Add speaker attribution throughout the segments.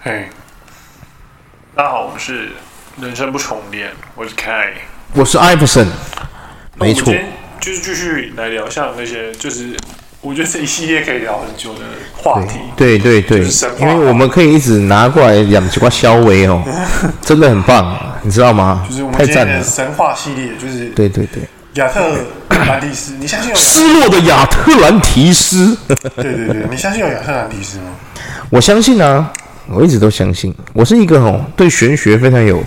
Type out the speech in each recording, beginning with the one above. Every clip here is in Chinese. Speaker 1: 嘿，大家好，我们是人生不重练，我是 K。
Speaker 2: 我是艾弗森，
Speaker 1: 那我
Speaker 2: 没
Speaker 1: 们
Speaker 2: 错
Speaker 1: 今天就是继续来聊像那些，就是我觉得这一系列可以聊很久的话题。
Speaker 2: 对对对
Speaker 1: 就是神，话
Speaker 2: 因为我们可以一直拿过来养几块肖维 哦，真的很棒，你知道吗
Speaker 1: 就是我？们
Speaker 2: 太
Speaker 1: 今天
Speaker 2: 赞
Speaker 1: 的
Speaker 2: 了！
Speaker 1: 神话系列，就是
Speaker 2: 对对对，
Speaker 1: 亚特兰蒂斯。你相信有亚？
Speaker 2: 失落的亚特兰提斯，
Speaker 1: 对对对，你相信有亚特兰蒂斯吗？
Speaker 2: 我相信啊，我一直都相信，我是一个哦对玄学非常有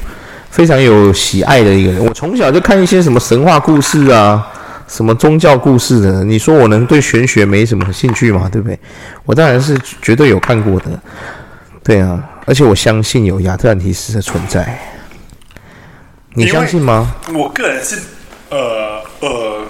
Speaker 2: 非常有喜爱的一个人，我从小就看一些什么神话故事啊。什么宗教故事的？你说我能对玄学没什么兴趣吗？对不对？我当然是绝对有看过的，对啊，而且我相信有亚特兰提斯的存在，你
Speaker 1: 因为
Speaker 2: 相信吗？
Speaker 1: 我个人是呃呃，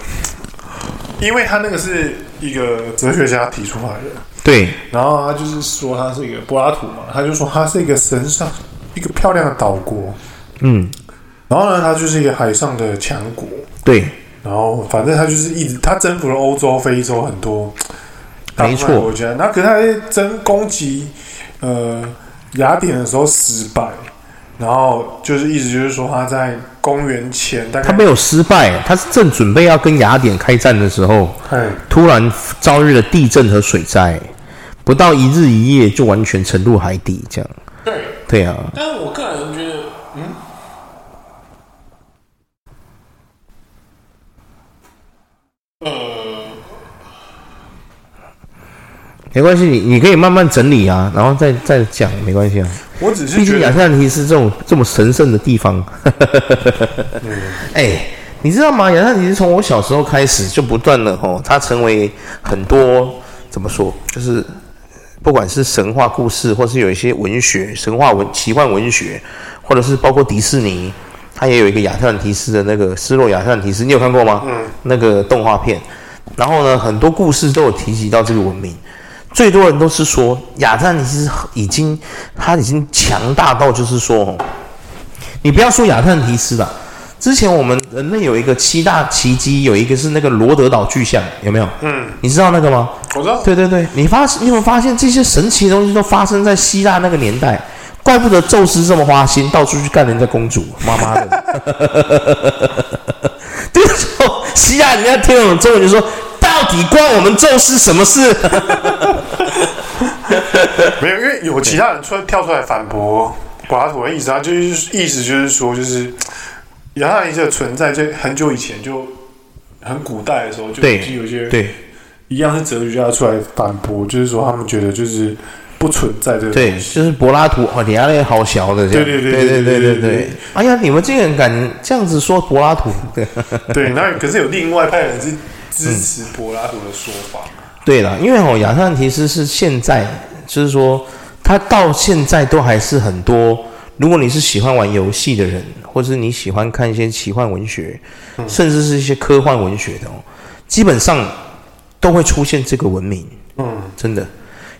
Speaker 1: 因为他那个是一个哲学家提出来的，
Speaker 2: 对，
Speaker 1: 然后他就是说他是一个柏拉图嘛，他就说他是一个神上一个漂亮的岛国，
Speaker 2: 嗯，
Speaker 1: 然后呢，他就是一个海上的强国，
Speaker 2: 对，
Speaker 1: 然后反正他就是一直他征服了欧洲、非洲很多
Speaker 2: 没
Speaker 1: 大
Speaker 2: 错
Speaker 1: 部分国家，那可是他在争攻击呃雅典的时候失败，然后就是一直就是说他在公元前大概
Speaker 2: 他没有失败，他是正准备要跟雅典开战的时候，
Speaker 1: 哎
Speaker 2: 突然遭遇了地震和水灾，不到一日一夜就完全沉入海底，这样。
Speaker 1: 对，
Speaker 2: 对啊，
Speaker 1: 但是我个人觉得嗯。呃，
Speaker 2: 没关系，你你可以慢慢整理啊，然后再再讲，没关系啊。
Speaker 1: 我只是
Speaker 2: 毕
Speaker 1: 觉
Speaker 2: 竟亚
Speaker 1: 得，
Speaker 2: 特兰提斯这种这么神圣的地方，
Speaker 1: 嗯
Speaker 2: 哎、你知道吗？亚特兰提斯从我小时候开始就不断的吼，它成为很多怎么说，就是不管是神话故事，或是有一些文学、神话文、奇幻文学，或者是包括迪士尼，它也有一个亚特兰提斯的那个失落亚特兰提斯，你有看过吗？嗯，那个动画片。然后呢，很多故事都有提及到这个文明。最多人都是说亚特兰提斯已经，它已经强大到就是说，哦你不要说亚特兰提斯了，之前我们人类有一个七大奇迹，有一个是那个罗德岛巨像，有没有？嗯，你知道那个吗？
Speaker 1: 我知道
Speaker 2: 对对对，你发你有没有发现这些神奇的东西都发生在希腊那个年代？怪不得宙斯这么花心，到处去干人家公主，妈妈的。 这个时候，希腊人家听懂中文就说：“到底关我们宙斯什么事？”
Speaker 1: 没有，因为有其他人出来跳出来反驳柏拉图的意思，他啊就是意思就是说，就是亚特兰蒂斯的存在，就很久以前就很古代的时候，就已
Speaker 2: 对，
Speaker 1: 经有一些
Speaker 2: 对
Speaker 1: 一样是哲学家出来反驳，就是说他们觉得就是不存在这个
Speaker 2: 对，
Speaker 1: 东西。
Speaker 2: 就是柏拉图哦，你那里好小的这样，
Speaker 1: 对对对
Speaker 2: 对
Speaker 1: 对
Speaker 2: 对
Speaker 1: 对对对
Speaker 2: 对。哎呀，你们这个人敢这样子说柏拉图？对
Speaker 1: 对，那可是有另外一派人是支持柏拉图的说法。
Speaker 2: 对了，因为哦，亚特兰提斯是现在，就是说他到现在都还是很多。如果你是喜欢玩游戏的人，或是你喜欢看一些奇幻文学，甚至是一些科幻文学的哦，基本上都会出现这个文明。
Speaker 1: 嗯，
Speaker 2: 真的。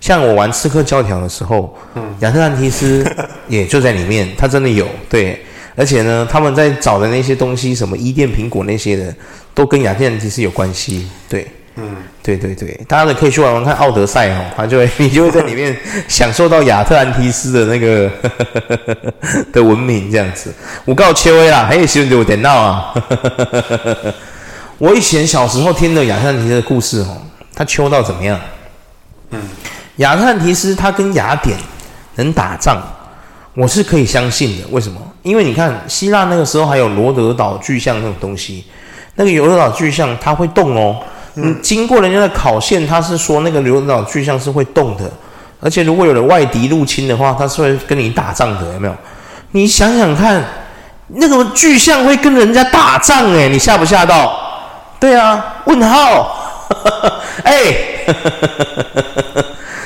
Speaker 2: 像我玩《刺客教条》的时候，亚特兰提斯也就在里面，它真的有对，而且呢，他们在找的那些东西，什么伊甸苹果那些的，都跟亚特兰提斯有关系，对。嗯，对对对，大家可以去玩玩看《奥德赛》哦，它就会 你就会在里面享受到亚特兰提斯的那个 的文明这样子。我告切威啦，还有喜欢对我点到啊。 我以前小时候听的亚特兰提斯的故事哦，他秋到怎么样？亚特兰提斯他跟雅典能打仗，我是可以相信的。为什么？因为你看希腊那个时候还有罗德岛巨像那种东西，那个罗德岛巨像它会动哦。嗯，经过人家的考线，他是说那个罗德岛巨像是会动的，而且如果有人外敌入侵的话，他是会跟你打仗的，有没有？你想想看，那个巨像会跟人家打仗哎、你吓不吓到？对啊，问号， 哎、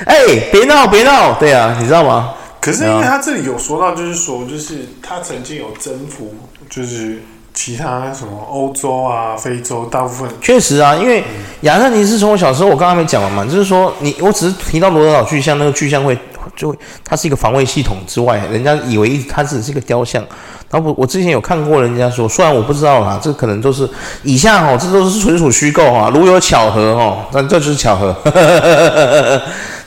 Speaker 2: 哎、别闹别闹，对啊，你知道吗？
Speaker 1: 可是因为他这里有说到，就是说，就是他曾经有征服，就是其他什么欧洲啊、非洲大部分
Speaker 2: 确实啊，因为亚特兰提斯从我小时候，我刚刚没讲完嘛，就是说你，我只是提到罗德岛巨像，那个巨像会就会，它是一个防卫系统之外，人家以为它只是一个雕像。然后我我之前有看过人家说，虽然我不知道啦，这可能都是以下哦，这都是纯 属虚构哈、如有巧合哦，那这就是巧合，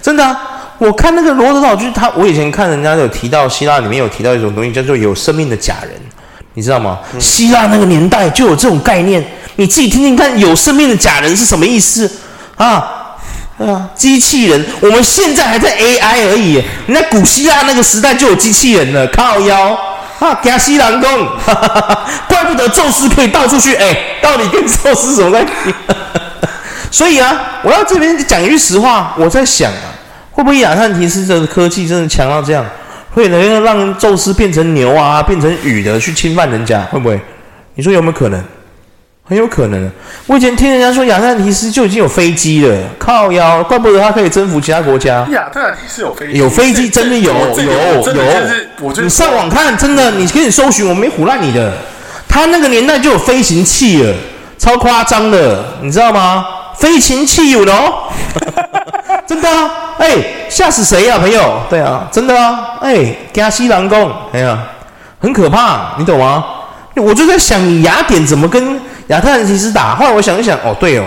Speaker 2: 真的啊、我看那个罗德岛，就是他，我以前看人家有提到希腊里面有提到一种东西叫做有生命的假人，你知道吗？希腊那个年代就有这种概念，你自己听听看，有生命的假人是什么意思啊？对啊，机器人，我们现在还在 AI 而已，人家古希腊那个时代就有机器人了，靠腰啊，加西兰宫，哈哈哈 怪不得宙斯可以到处去，哎、到底跟宙斯什么关系？所以啊，我要这边讲一句实话，我在想啊，会不会亚特提斯的科技真的强到这样，会能够让宙斯变成牛啊，变成雨的去侵犯人家，会不会？你说有没有可能？很有可能。我以前听人家说亚特兰提斯就已经有飞机了，靠腰，怪不得他可以征服其他国家。
Speaker 1: 亚特兰提斯有飞机，
Speaker 2: 有飞机，真的有，
Speaker 1: 我这
Speaker 2: 有
Speaker 1: 个我真的就是
Speaker 2: 有。
Speaker 1: 我就是
Speaker 2: 你上网看，真的，你可以搜寻，我没唬烂你的。他那个年代就有飞行器了，超夸张的，你知道吗？飞行器有的哦， 真的啊！哎、吓死谁呀、啊，朋友？对啊，真的啊！哎、加西兰宫，哎呀、很可怕，你懂吗？我就在想，你雅典怎么跟亚特兰提斯打？后来我想一想，哦，对哦，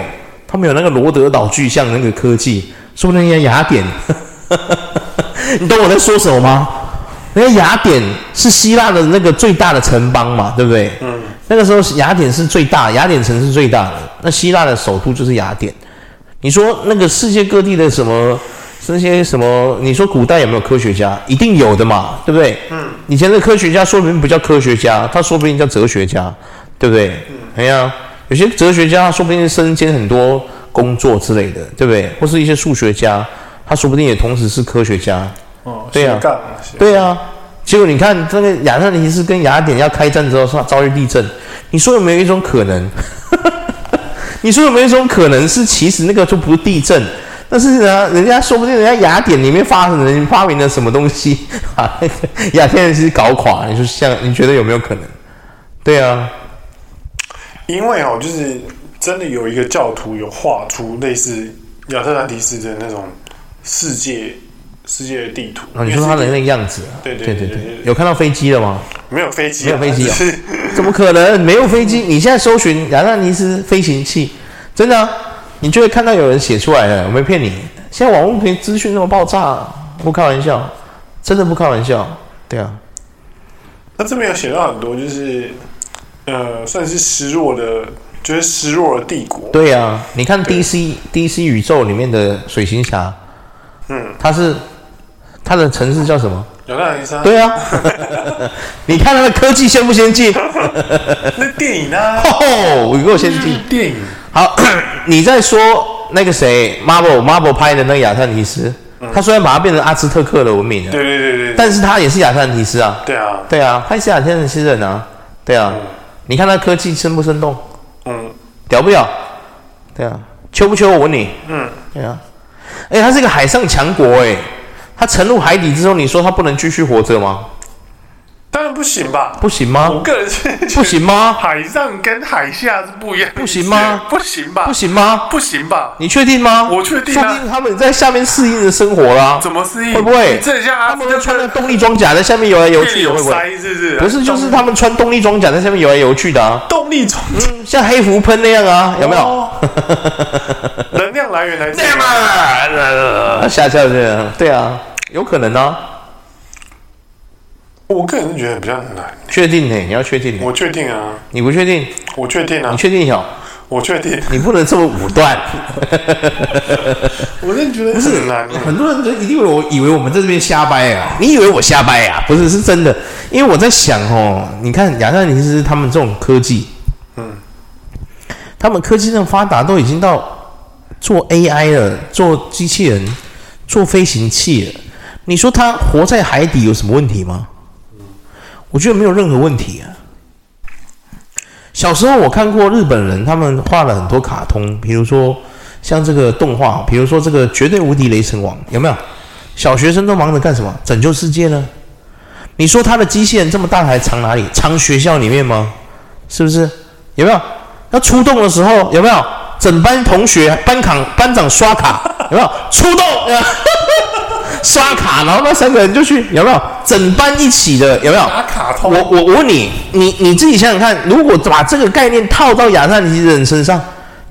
Speaker 2: 他们有那个罗德岛巨像那个科技，说不定人家雅典，你懂我在说什么吗？人家雅典是希腊的那个最大的城邦嘛，对不对？嗯。那个时候是雅典是最大，雅典城是最大的。那希腊的首都就是雅典。你说那个世界各地的什么那些什么？你说古代有没有科学家？一定有的嘛，对不对？嗯。以前的科学家说不定不叫科学家，他说不定叫哲学家，对不对？嗯。哎呀，有些哲学家说不定身兼很多工作之类的，对不对？或是一些数学家，他说不定也同时是科学家。
Speaker 1: 哦，
Speaker 2: 对啊
Speaker 1: 斜杠斜
Speaker 2: 对啊，结果你看这个亚特兰提斯跟雅典要开战之后，遭遇地震，你说有没有一种可能？ 你说有没有一种可能是，其实那个就不是地震，但是呢，人家说不定人家雅典里面发明发明了什么东西， 啊把那个雅典人是搞垮。你说像你觉得有没有可能？对啊，
Speaker 1: 因为哦，就是真的有一个教徒有画出类似亚特兰提斯的那种世界世界地图。
Speaker 2: 啊，你说他的那个样子啊，
Speaker 1: 对对
Speaker 2: 对
Speaker 1: 对对
Speaker 2: 对
Speaker 1: 对，
Speaker 2: 有看到飞机了吗？
Speaker 1: 没有飞机、啊
Speaker 2: 没有飞机哦
Speaker 1: 就是
Speaker 2: 怎么可能没有飞机？你现在搜寻亚特兰蒂斯飞行器，真的啊、你就会看到有人写出来了，我没骗你。现在网络资讯那么爆炸，不开玩笑，真的不开玩笑。对啊，
Speaker 1: 那这边有写到很多，就是呃，算是失落的，就是失落的帝国。
Speaker 2: 对啊，你看 DC DC 宇宙里面的水行侠，
Speaker 1: 嗯，
Speaker 2: 他是他的城市叫什么？
Speaker 1: 亚特兰提斯啊，
Speaker 2: 对啊， 你看他的科技先不先进？
Speaker 1: 那电影啊呢？
Speaker 2: 哦，有够先进。
Speaker 1: 电影
Speaker 2: 好， 你在说那个谁，Marvel Marvel 拍的那个亚特兰提斯，他虽然把它变成阿兹特克的文明了，
Speaker 1: 嗯对对对对对，
Speaker 2: 但是他也是亚特兰提斯啊，
Speaker 1: 对啊，
Speaker 2: 对啊，他也是亚特兰提斯人啊，对啊，你看他科技生不生动，
Speaker 1: 嗯，
Speaker 2: 屌不屌？对啊，秋不秋？我问你，
Speaker 1: 嗯，
Speaker 2: 对啊，哎、他是一个海上强国、哎，他沉入海底之后，你说他不能继续活着吗？
Speaker 1: 当然不行吧。
Speaker 2: 不行
Speaker 1: 我
Speaker 2: 吗？
Speaker 1: 个人是觉得
Speaker 2: 不行吗？
Speaker 1: 海上跟海下是不一样的意思，
Speaker 2: 不行吗
Speaker 1: 不行吧？
Speaker 2: 不，行吗？
Speaker 1: 不行吧？
Speaker 2: 你确定吗？
Speaker 1: 我确定
Speaker 2: 说
Speaker 1: 啊
Speaker 2: 不定他们在下面适应着生活啦、
Speaker 1: 怎么适应？
Speaker 2: 会不会
Speaker 1: 你这很像阿
Speaker 2: 他
Speaker 1: 兹
Speaker 2: 们
Speaker 1: 特
Speaker 2: 会穿着
Speaker 1: 克
Speaker 2: 动力装甲在下面游来游
Speaker 1: 店里
Speaker 2: 去的，
Speaker 1: 有
Speaker 2: 会不会？
Speaker 1: 塞，是不是？
Speaker 2: 不是，就是他们穿动力装甲在下面游来游去的啊，
Speaker 1: 动力总
Speaker 2: 嗯像黑蝠喷那样啊，有没有？
Speaker 1: 哦 能量来源来 自于
Speaker 2: 啊下下这样，对啊，有可能啊，
Speaker 1: 我个人是觉得比较难。
Speaker 2: 确定呢、你要确定呢、
Speaker 1: 我确定啊，
Speaker 2: 你不确定，
Speaker 1: 我确定啊
Speaker 2: 你，确定小，
Speaker 1: 我确定。
Speaker 2: 你不能这么武断。
Speaker 1: 我真的觉得很难啊。
Speaker 2: 很多人就一定以为我以为我们在这边瞎掰啊，你以为我瞎掰啊？不是，是真的，因为我在想哦，你看亚特兰蒂斯他们这种科技，嗯，他们科技这么发达，都已经到做 AI 了，做机器人，做飞行器了。你说他活在海底有什么问题吗？我觉得没有任何问题啊。小时候我看过日本人，他们画了很多卡通，比如说像这个动画，比如说这个《绝对无敌雷神王》，有没有？小学生都忙着干什么？拯救世界呢？你说他的机器人这么大台藏哪里？藏学校里面吗？是不是？有没有？要出动的时候有没有？整班同学班卡班长刷卡有没有？出动 刷卡，然后那三个人就去有没有？整班一起的有没有？
Speaker 1: 打卡通
Speaker 2: 我我我问你，你你自己想想看，如果把这个概念套到亚特兰提斯人身上，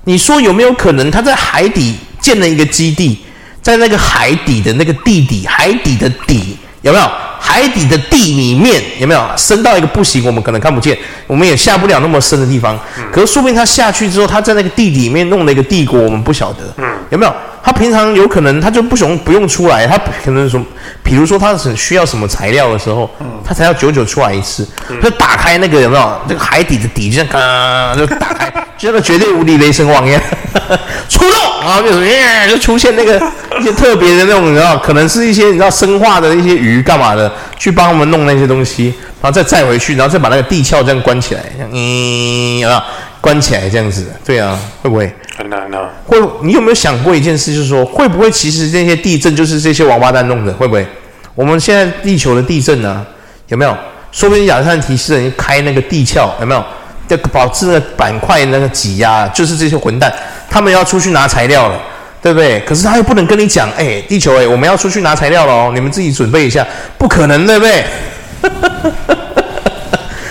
Speaker 2: 你说有没有可能他在海底建了一个基地，在那个海底的那个地底，海底的底有没有？海底的地里面有没有深到一个不行？我们可能看不见，我们也下不了那么深的地方。可是说不定他下去之后，他在那个地里面弄了一个帝国，我们不晓得。嗯，有没有？他平常有可能他就不用不用出来，他可能什么，比如说他很需要什么材料的时候，他才要久久出来一次。就打开那个有没有？那个海底的底，就像嘎就打开，就像那绝对无敌雷神王一样， 出动，然后就是耶就出现那个一些特别的那种，你知道，可能是一些你知道生化的一些鱼干嘛的，去帮我们弄那些东西，然后再载回去，然后再把那个地壳这样关起来，这样嗯，有没有？关起来这样子，对啊，会不会？
Speaker 1: 很难啊。
Speaker 2: 会，你有没有想过一件事，就是说，会不会其实这些地震就是这些王八蛋弄的？会不会？我们现在地球的地震呢、有没有？说不定亚特兰提斯人开那个地壳，有没有？这个保持那个板块那个挤压，就是这些混蛋，他们要出去拿材料了，对不对？可是他又不能跟你讲，哎、地球、哎，我们要出去拿材料了哦，你们自己准备一下，不可能，对不 对？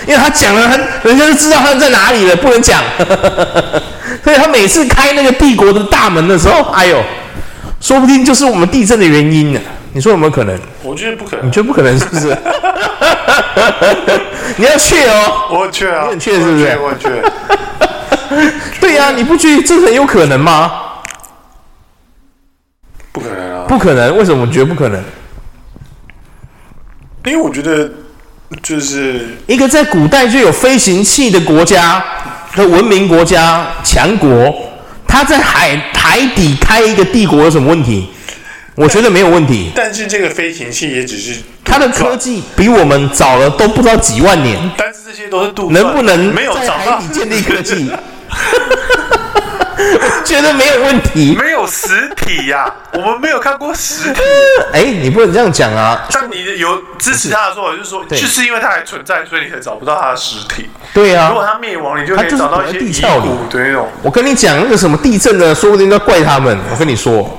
Speaker 2: 因为他讲了，他人家就知道他在哪里了，不能讲。所以他每次开那个帝国的大门的时候，哎呦，说不定就是我们地震的原因呢、你说有没有可能？
Speaker 1: 我觉得不可
Speaker 2: 你
Speaker 1: 能。
Speaker 2: 觉得不可能是不是？ 你要去哦。
Speaker 1: 我去啊，
Speaker 2: 你很确是不是
Speaker 1: 我很确我很确
Speaker 2: 对呀、你不去，这很有可能吗？
Speaker 1: 不可能啊，
Speaker 2: 不可能，为什么？我觉得不可能。
Speaker 1: 因为我觉得就是
Speaker 2: 一个在古代就有飞行器的国家的文明国家强国，它在海海底开一个帝国有什么问题？我觉得没有问题。
Speaker 1: 但是这个飞行器也只是
Speaker 2: 它的科技比我们早了都不知道几万年，
Speaker 1: 但是这些都是杜撰的
Speaker 2: 能不能
Speaker 1: 没有
Speaker 2: 在
Speaker 1: 找
Speaker 2: 海
Speaker 1: 到
Speaker 2: 底建立科技？我觉得没有问题。
Speaker 1: 没有实体呀、我们没有看过实 体。
Speaker 2: 哎，你不能这样讲啊！
Speaker 1: 但你有支持他的说法，就是说，
Speaker 2: 对
Speaker 1: 就是因为它还存在，所以你才找不到它的实体。
Speaker 2: 对啊
Speaker 1: 如，果它灭亡，你就可
Speaker 2: 它
Speaker 1: 以
Speaker 2: 就是
Speaker 1: 找到一些
Speaker 2: 躲在
Speaker 1: 遗
Speaker 2: 地壳里
Speaker 1: 骨的那种。
Speaker 2: 我跟你讲，那个什么地震呢，说不定都怪他们。我跟你说，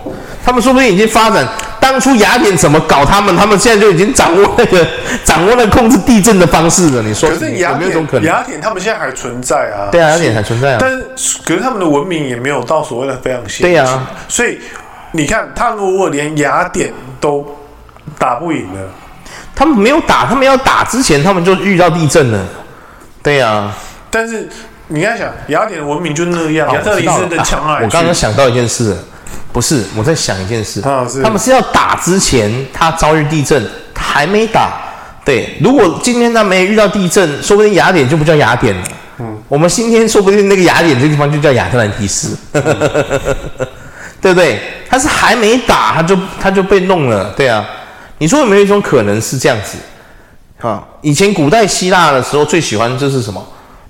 Speaker 2: 他们说不定已经发展，当初雅典怎么搞他们，他们现在就已经掌握那个 掌握了控制地震的方式了。你说
Speaker 1: 可是
Speaker 2: 有
Speaker 1: 雅
Speaker 2: 没有这种可
Speaker 1: 典，
Speaker 2: 能？
Speaker 1: 雅典他们现在还存在啊。
Speaker 2: 对啊，雅典才存在啊。
Speaker 1: 但是可是他们的文明也没有到所谓的非常先进。
Speaker 2: 对啊
Speaker 1: 所以你看，他如果连雅典都打不赢了，
Speaker 2: 他们没有打，他们要打之前，他们就遇到地震了。对呀、啊，
Speaker 1: 但是你看想，雅典的文明就那样，
Speaker 2: 好
Speaker 1: 亚特
Speaker 2: 我知
Speaker 1: 里
Speaker 2: 道
Speaker 1: 斯
Speaker 2: 了
Speaker 1: 的强
Speaker 2: 啊
Speaker 1: 矮
Speaker 2: 我刚
Speaker 1: 去
Speaker 2: 刚想到一件事了，不是我在想一件事
Speaker 1: 啊是，
Speaker 2: 他们是要打之前他遭遇地震，他还没打。对，如果今天他没遇到地震，说不定雅典就不叫雅典了。嗯，我们今天说不定那个雅典这个地方就叫亚特兰蒂斯，
Speaker 1: 嗯
Speaker 2: 对不对？他是还没打，他就他就被弄了，对啊。你说有没有一种可能是这样子？啊，以前古代希腊的时候最喜欢就是什么？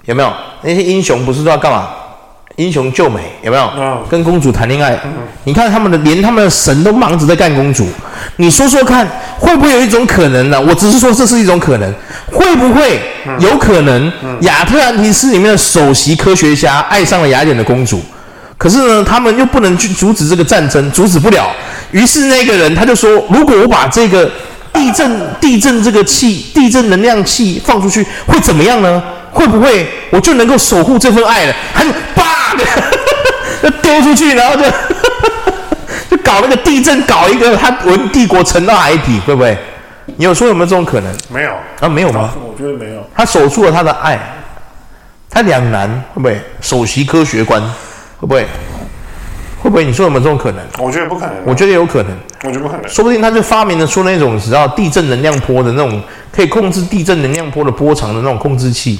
Speaker 2: 有没有那些英雄不是都要干嘛？英雄救美有没有？
Speaker 1: 嗯
Speaker 2: 跟公主谈恋爱，你看他们的连他们的神都忙着在干公主，你说说看，会不会有一种可能呢、我只是说这是一种可能，会不会有可能亚特兰提斯里面的首席科学家爱上了雅典的公主？可是呢，他们又不能去阻止这个战争，阻止不了。于是那个人他就说：“如果我把这个地震、地震这个气、地震能量器放出去，会怎么样呢？会不会我就能够守护这份爱了？”他就叭， 就丢出去，然后就就搞那个地震，搞一个他文帝国沉到海底，会不会？你有说有没有这种可能
Speaker 1: 没有
Speaker 2: 啊？没有吗？
Speaker 1: 啊，我觉得没有。
Speaker 2: 他守住了他的爱，他两难会不会？首席科学官会不会？会不会？你说有没有这种可能？
Speaker 1: 我觉得不可能，
Speaker 2: 我
Speaker 1: 我
Speaker 2: 觉得有可能，
Speaker 1: 我觉得不可能。
Speaker 2: 说不定他就发明了出那种只要地震能量波的那种可以控制地震能量波的波长的那种控制器。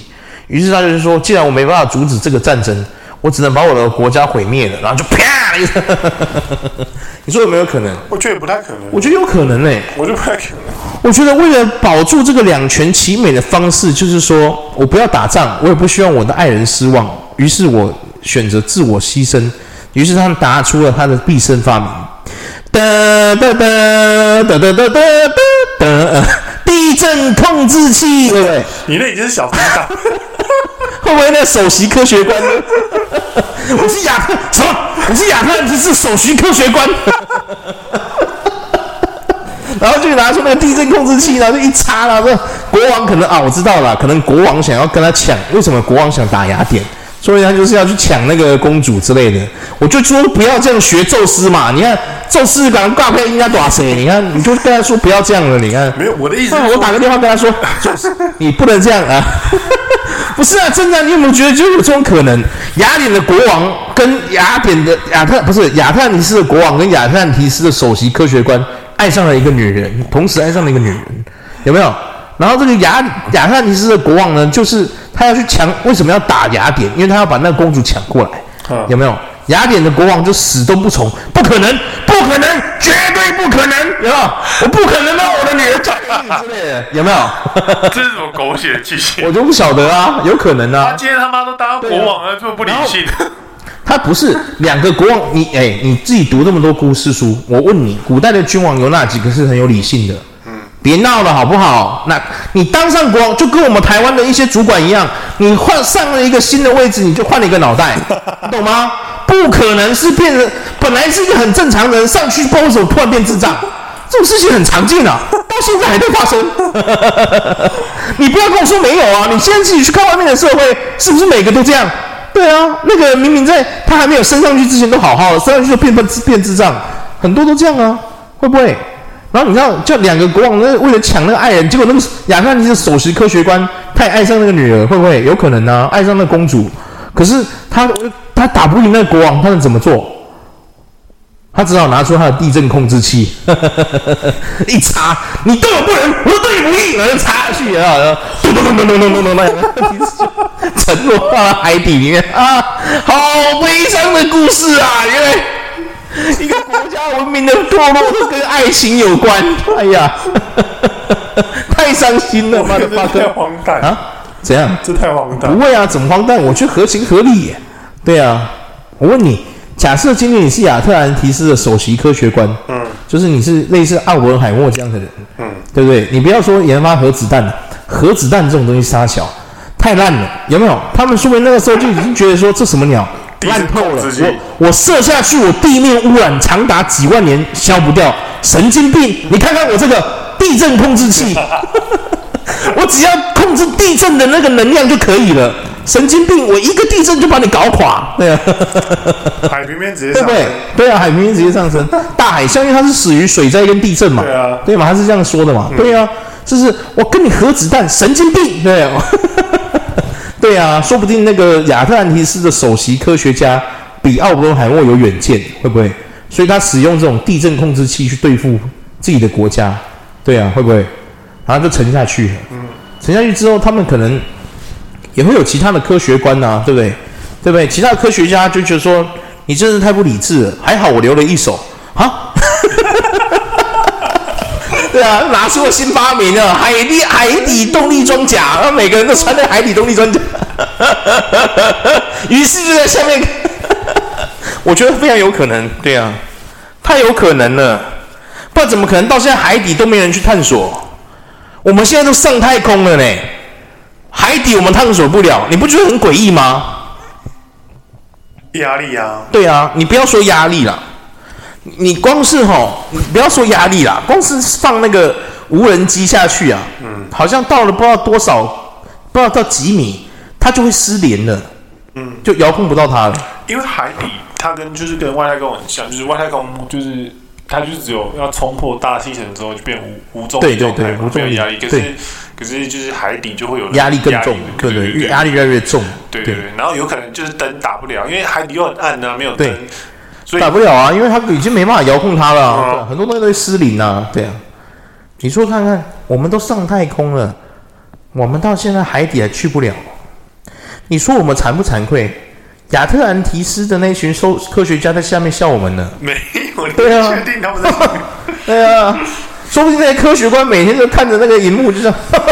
Speaker 2: 于是他就是说，既然我没办法阻止这个战争，我只能把我的国家毁灭了，然后就啪一声。 你说有没有可能？
Speaker 1: 我觉得不太可能，
Speaker 2: 我觉得有可能欸呢、
Speaker 1: 我觉得不太可能。
Speaker 2: 我觉得为了保住这个两全其美的方式，就是说我不要打仗，我也不希望我的爱人失望，于是我选择自我牺牲。于是他拿出了他的毕生发明，哒哒哒哒哒哒哒哒哒，地震控制器，对不对？
Speaker 1: 你那已经是小叮 当，
Speaker 2: 会不会那首席科学官呢？ 我是亚特什么？我是亚特兰蒂斯首席科学官。 然后就拿出那个地震控制器，然后就一插，然后说国王可能啊，我知道了，可能国王想要跟他抢，为什么国王想打雅典？所以他就是要去抢那个公主之类的。我就说不要这样学宙斯嘛，你看宙斯敢挂配应该打谁？你看你就跟他说不要这样了，你看。
Speaker 1: 没有我的意思
Speaker 2: 那我打个电话 跟他说，宙斯，你不能这样啊。 不是啊，真的啊、你有没有觉得就有这种可能？雅典的国王跟雅典的亚特不是亚特兰提斯的国王跟亚特兰提斯的首席科学官爱上了一个女人，同时爱上了一个女人，有没有？然后这个雅亚特兰提斯的国王呢，就是他要去抢，为什么要打雅典？因为他要把那个公主抢过来，
Speaker 1: 嗯
Speaker 2: 有没有？雅典的国王就死都不从，不可能，不可能，绝对不可能，有没有？我不可能让啊我的女儿嫁给你之类的，有没 有？
Speaker 3: 这是什么狗血剧情？
Speaker 2: 我就不晓得啊，有可能啊
Speaker 3: 他。今天他妈都当国王了，这么不理性。
Speaker 2: 他不是两个国王，你哎、你自己读那么多故事书，我问你，古代的君王有哪几个是很有理性的？嗯，别闹了好不好？那你当上国王，就跟我们台湾的一些主管一样，你换上了一个新的位置，你就换了一个脑袋，你懂吗？不可能是变成本来是一个很正常的人，上去不知道为什么突然变智障，这种事情很常见啊，到现在还在发生。 你不要跟我说没有啊！你现在自己去看外面的社会，是不是每个都这样？对啊，那个明明在他还没有升上去之前都好好的，升上去就变笨变智障，很多都这样啊，会不会？然后你知道，就两个国王那为了抢那个爱人，结果那个亚特兰蒂斯首席科学官他也爱上那个女儿，会不会？有可能啊，爱上那个公主。可是他他打不赢那个国王，他能怎么做？他只好拿出他的地震控制器，一插，你对我不仁，我就对你不义，然后就插下去了，然后咚咚咚咚咚咚咚咚，然后沉落到海底里面啊！好悲伤的故事啊，原来一个国家文明的堕落都跟爱情有关，哎呀，太伤心 了，妈的
Speaker 1: 这
Speaker 2: 巴
Speaker 1: 太
Speaker 2: 克
Speaker 1: 荒诞，
Speaker 2: 啊！怎样？
Speaker 1: 这太荒
Speaker 2: 不
Speaker 1: 诞。
Speaker 2: 会啊，怎么荒诞？我觉得合情合理耶。对啊，我问你，假设今天你是亚特兰提斯的首席科学官，嗯，就是你是类似奥本海默这样的人，嗯，对不对？你不要说研发核子弹了，核子弹这种东西杀小，太烂了，有没有？他们说明那个时候就已经觉得说这什么鸟。
Speaker 1: 震
Speaker 2: 烂透了
Speaker 1: 控制！器
Speaker 2: 我我射下去，我地面污染长达几万年消不掉，神经病！你看看我这个地震控制器， 我只要控制地震的那个能量就可以了。神经病！我一个地震就把你搞垮，对啊，
Speaker 1: 海平面直接
Speaker 2: 对
Speaker 1: 上
Speaker 2: 不对？对啊，海平面直接上升，大海啸，因为它是死于水灾跟地震嘛，
Speaker 1: 对啊嗯
Speaker 2: 对嘛，他是这样说的嘛，对啊，就是我跟你核子弹，神经病，对、啊， 对啊，说不定那个亚特兰提斯的首席科学家比奥本海默有远见，会不会？所以他使用这种地震控制器去对付自己的国家，对啊，会不会？然后就沉下去了，
Speaker 1: 嗯
Speaker 2: 沉下去之后，他们可能也会有其他的科学观呐、对不对？对不对？其他的科学家就觉得说，你真是太不理智了，还好我留了一手啊。 对啊，拿出了新发明了，海底海底动力装甲，然后每个人都穿那海底动力装甲， 于是就在下面， 我觉得非常有可能，对啊，太有可能了，不然怎么可能到现在海底都没人去探索？我们现在都上太空了呢，海底我们探索不了，你不觉得很诡异吗？
Speaker 1: 压力啊，
Speaker 2: 对啊，你不要说压力啦，你光是吼，你不要说压力啦，光是放那个无人机下去啊，嗯，好像到了不知道多少，不知道到几米，它就会失联了，嗯，就遥控不到它了。
Speaker 1: 因为海底它跟就是跟外太空很像，就是外太空就是它就是只有要冲破大气层之后就变无无重
Speaker 2: 对
Speaker 1: 力
Speaker 2: 对
Speaker 1: 状态嘛，
Speaker 2: 对无重
Speaker 1: 没
Speaker 2: 力
Speaker 1: 有压力。可是
Speaker 2: 对
Speaker 1: 可是就是海底就会有
Speaker 2: 压力更重，
Speaker 1: 对
Speaker 2: 对对，
Speaker 1: 对
Speaker 2: 越压力越来越重，
Speaker 1: 对对对，然后有可能就是灯打不了，因为海底又很暗啊，没有
Speaker 2: 对
Speaker 1: 灯，所以
Speaker 2: 打不了啊，因为它已经没办法遥控它了、啊
Speaker 1: 嗯
Speaker 2: 对啊很多东西都会失灵啊，对啊。你说看看，我们都上太空了，我们到现在海底还去不了，你说我们惭不惭愧？亚特兰提斯的那群收科学家在下面笑我们呢。
Speaker 1: 没有，你
Speaker 2: 对啊
Speaker 1: 确定他们在
Speaker 2: 对啊，说不定那些科学官每天就看着那个荧幕，就像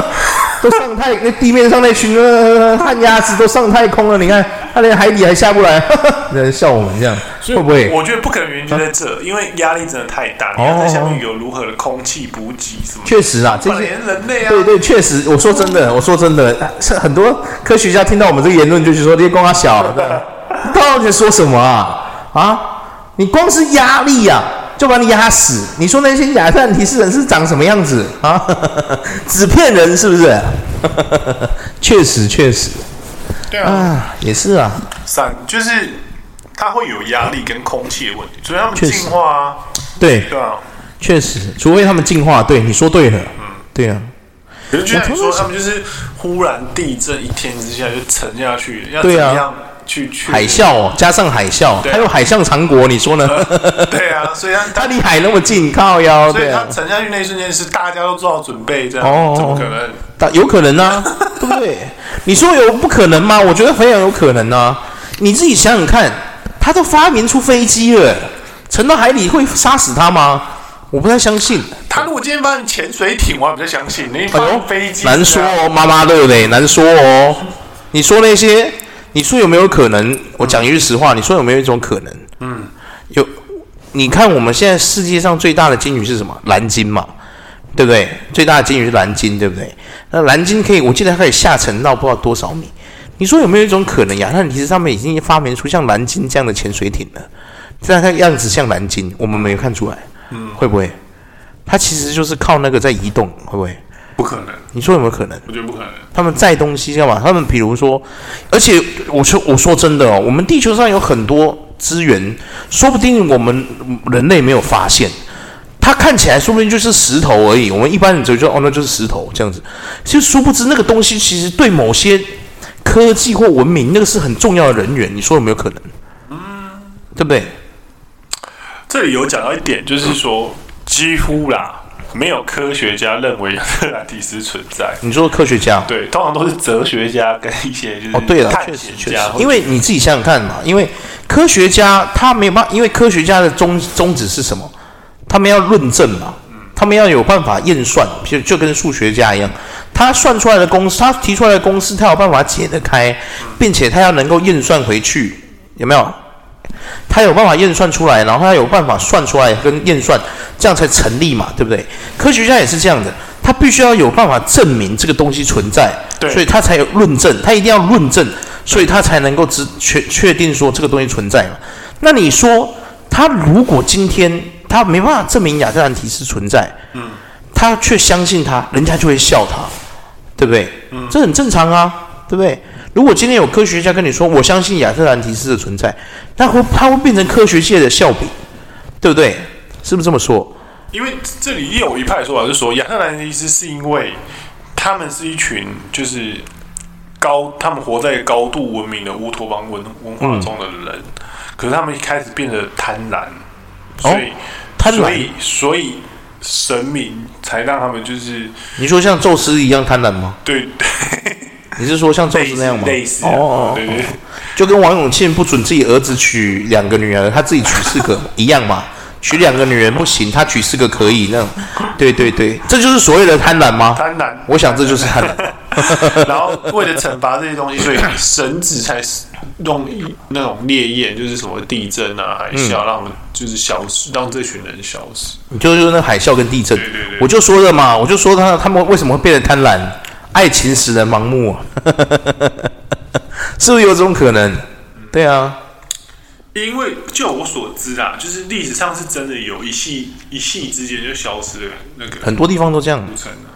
Speaker 2: 都上太那地面上那群呃旱鸭子都上太空了，你看他连海底还下不来， 在笑我们这样，会不会？
Speaker 1: 我觉得不可能原因就在这，因为压力真的太大，你要在下面有如何的空气补给什么的，
Speaker 2: 确实啊，这
Speaker 1: 本来
Speaker 2: 些
Speaker 1: 也是人类啊，
Speaker 2: 对对，确实，我说真的，我说真的，是很多科学家听到我们这个言论，就是说这光他小， 对吧到底在说什么啊？啊，你光是压力呀、就把你压死。你说那些亚特兰提斯人是长什么样子啊？ 纸片人是不是？确实，确实，
Speaker 1: 对啊，
Speaker 2: 啊，也是啊，
Speaker 1: 散就是它会有压力跟空气的问题，所以他们
Speaker 2: 确实
Speaker 1: 进化啊，
Speaker 2: 对，
Speaker 1: 对啊。
Speaker 2: 确实，除非他们进化，对，你说对了，
Speaker 1: 嗯
Speaker 2: 对啊，
Speaker 1: 可是就像你说，
Speaker 2: 我突然想
Speaker 1: 他们就是忽然地震一天之下就沉下去，要怎
Speaker 2: 对啊
Speaker 1: 么样去去
Speaker 2: 海？啸哦，加上海啸，
Speaker 1: 对啊
Speaker 2: 还有海象长国，你说呢？
Speaker 1: 对啊，所 以它
Speaker 2: 它
Speaker 1: 它
Speaker 2: 离海那么近，靠腰，
Speaker 1: 所以
Speaker 2: 对
Speaker 1: 它
Speaker 2: 啊，
Speaker 1: 沉下去那一瞬间是大家都做好准备，这样
Speaker 2: 哦
Speaker 1: 怎么可能？
Speaker 2: 它 有可能啊，对不对？你说有不可能吗？我觉得非常有可能啊。你自己想想看，他都发明出飞机了，沉到海里会杀死他吗？我不太相信。
Speaker 1: 他如果今天发现潜水艇，我还比较相信。你发
Speaker 2: 哎呦
Speaker 1: 现飞机，啊
Speaker 2: 难说哦，妈妈对不对？难说哦。你说那些，你说有没有可能？我讲一句实话，你说有没有一种可能？嗯，有。你看我们现在世界上最大的鲸鱼是什么？蓝鲸嘛，对不对？最大的鲸鱼是蓝鲸，对不对？那蓝鲸可以，我记得它可以下沉到不知道多少米。你说有没有一种可能呀？那其实他们已经发明出像蓝鲸这样的潜水艇了，但它样子像蓝鲸，我们没有看出来，嗯，会不会？它其实就是靠那个在移动，会不会？
Speaker 1: 不可能，
Speaker 2: 你说有没有可能？
Speaker 1: 我觉得不可能。
Speaker 2: 他们载东西干嘛？他们比如说，而且我说我说真的哦，我们地球上有很多资源，说不定我们人类没有发现。它看起来说不定就是石头而已，我们一般人就觉得哦，那就是石头这样子。其实殊不知那个东西其实对某些科技或文明那个是很重要的人员，你说有没有可能？对不对？
Speaker 1: 这里有讲到一点，就是说几乎啦，没有科学家认为亚特兰蒂斯存在。
Speaker 2: 你说科学家，
Speaker 1: 对，通常都是哲学家跟一些就是
Speaker 2: 哦，对了，
Speaker 1: 探
Speaker 2: 确实
Speaker 1: 险
Speaker 2: 确实
Speaker 1: 家，，
Speaker 2: 因为你自己想想看嘛，因为科学家他没有办法，因为科学家的宗宗旨是什么？他们要论证嘛，
Speaker 1: 嗯
Speaker 2: 他们要有办法验算，就就跟数学家一样，他算出来的公式，他提出来的公式，他有办法解得
Speaker 1: 嗯
Speaker 2: 开，并且他要能够验算回去，有没有？他有办法验算出来，然后他有办法算出来跟验算，这样才成立嘛，对不对？科学家也是这样的，他必须要有办法证明这个东西存在，
Speaker 1: 对
Speaker 2: 所以他才有论证，他一定要论证，所以他才能够知确确定说这个东西存在嘛。那你说，他如果今天他没办法证明亚特兰提斯存在，嗯，他却相信他，人家就会笑他，对不对？嗯，这很正常啊，对不对？如果今天有科学家跟你说我相信亚特兰提斯的存在，那会他会变成科学界的笑柄，对不对？是不是这么说？
Speaker 1: 因为这里也有一派说法是说亚特兰蒂斯是因为他们是一群就是高，他们活在高度文明的乌托邦文文化中的人，可是他们一开始变得贪婪，所以、
Speaker 2: 哦贪婪
Speaker 1: 所以所以神明才让他们就是
Speaker 2: 你说像宙斯一样贪婪吗？
Speaker 1: 对
Speaker 2: 你是说像宙
Speaker 1: 类
Speaker 2: 斯
Speaker 1: 似
Speaker 2: 那样吗？
Speaker 1: 类似
Speaker 2: 哦
Speaker 1: 啊
Speaker 2: 哦，哦
Speaker 1: 对对对
Speaker 2: 就跟王永庆不准自己儿子娶两个女儿，他自己娶四个 一样嘛。娶两个女人不行，他娶四个可以那种。对对对，这就是所谓的贪婪吗？
Speaker 1: 贪婪，
Speaker 2: 我想这就是贪婪。
Speaker 1: 然后为了惩罚这些东西，所以绳子才用那种烈焰，就是什么地震啊、海啸，让我们就是消失，让这群人消失。
Speaker 2: 你就就是那海啸跟地震，
Speaker 1: 对对对
Speaker 2: 我就说了嘛，我就说他他们为什么会变得贪婪，爱情使人盲目、 啊，是不是有这种可能？对啊，
Speaker 1: 因为就我所知啊，就是历史上是真的有一系一系之间就消失了那个
Speaker 2: 很多地方都这样，
Speaker 1: 古城啊，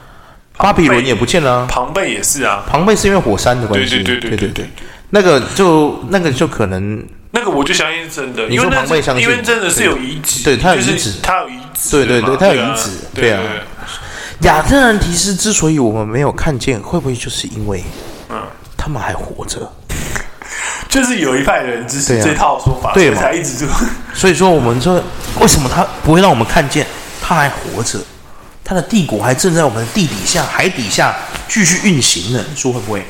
Speaker 2: 巴比伦也不见了啊、
Speaker 1: 庞贝也是啊，
Speaker 2: 庞贝是因为火山的关系，
Speaker 1: 对对对
Speaker 2: 对
Speaker 1: 对对
Speaker 2: 那个就那个就可能
Speaker 1: 那个我就相信是真的，
Speaker 2: 你
Speaker 1: 因
Speaker 2: 说
Speaker 1: 为那
Speaker 2: 庞贝相
Speaker 1: 是
Speaker 2: 信
Speaker 1: 因为真的是有遗址，
Speaker 2: 对它有
Speaker 1: 就是
Speaker 2: 遗址
Speaker 1: 它有遗址
Speaker 2: 对
Speaker 1: 的嘛，
Speaker 2: 对对它有遗址
Speaker 1: 对
Speaker 2: 对啊亚特兰提斯之所以我们没有看见，会不会就是因为
Speaker 1: 嗯
Speaker 2: 他们还活着？
Speaker 1: 就是有一派人支
Speaker 2: 对
Speaker 1: 持
Speaker 2: 啊
Speaker 1: 这套说法，
Speaker 2: 对
Speaker 1: 所以
Speaker 2: 嘛
Speaker 1: 才一直就。
Speaker 2: 所以说，我们说为什么他不会让我们看见他还活着，他的帝国还正在我们的地底下、海底下继续运行呢？你说会不会？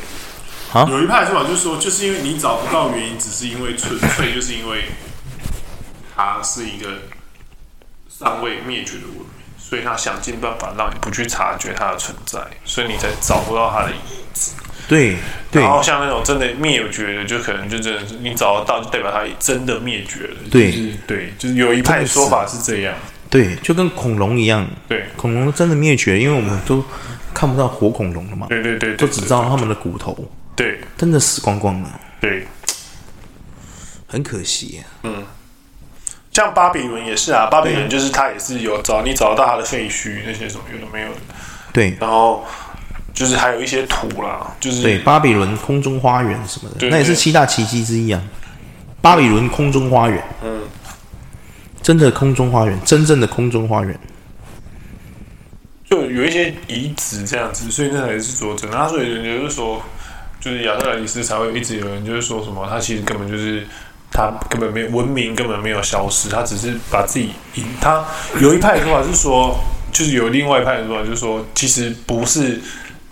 Speaker 1: 有一派说法就是说，就是因为你找不到原因，只是因为纯粹就是因为它是一个尚未灭绝的文明，所以他想尽办法让你不去察觉它的存在，所以你才找不到它的意义。
Speaker 2: 对对
Speaker 1: 然后像那种真的灭绝的，就可能就真的是你找得到，就代表它真的灭绝了。
Speaker 2: 对
Speaker 1: 就是对，就是有一派说法是这样。
Speaker 2: 对，就跟恐龙一样，
Speaker 1: 对
Speaker 2: 恐龙真的灭绝，因为我们都看不到活恐龙了嘛，
Speaker 1: 对对对，
Speaker 2: 就
Speaker 1: 对
Speaker 2: 只知道他们的骨头，
Speaker 1: 对
Speaker 2: 真的死光光了，
Speaker 1: 对。
Speaker 2: 很可惜、
Speaker 1: 像巴比伦也是啊，巴比伦就是它也是有找你找得到它的废墟那些什么有的没有的，
Speaker 2: 对
Speaker 1: 然后就是还有一些图啦，就是
Speaker 2: 对，巴比伦空中花园什么的，
Speaker 1: 对
Speaker 2: 那也是
Speaker 1: 对
Speaker 2: 七大奇迹之一啊。巴比伦空中花园，嗯，真的空中花园，真正的空中花园，
Speaker 1: 就有一些遗址这样子，所以那才是佐证。那所以人家就说，就是亚特兰蒂斯才会一直有人就是说什么，他其实根本就是他根本没有文明，根本没有消失，他只是把自己引。他有一派的说法是说，就是有另外一派的说法就是说，其实不是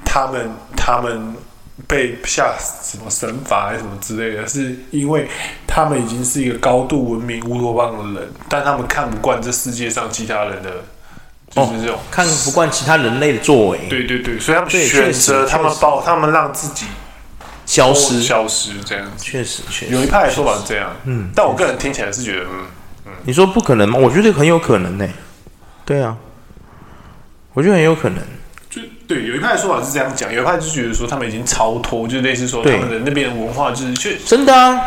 Speaker 1: 他们他们被下什么神罚还是什么之类的，是因为他们已经是一个高度文明乌托邦的人，但他们看不惯这世界上其他人的。就是这种、
Speaker 2: 看不惯其他人类的作为，
Speaker 1: 对对对，所以他们
Speaker 2: 对
Speaker 1: 选
Speaker 2: 确实
Speaker 1: 择他们
Speaker 2: 确实
Speaker 1: 包，他们让自己
Speaker 2: 消失，
Speaker 1: 消失这样子。
Speaker 2: 确实确
Speaker 1: 有一
Speaker 2: 实。
Speaker 1: 派的说法是这样，嗯，但我个人听起来是觉得，嗯，
Speaker 2: 你说不可能吗？我觉得很有可能呢、对啊，我觉得很有可能。
Speaker 1: 就对，有一派的说法是这样讲，有一派就觉得说他们已经超脱，就类似说他
Speaker 2: 对
Speaker 1: 们的那边的文化就是确
Speaker 2: 真的啊！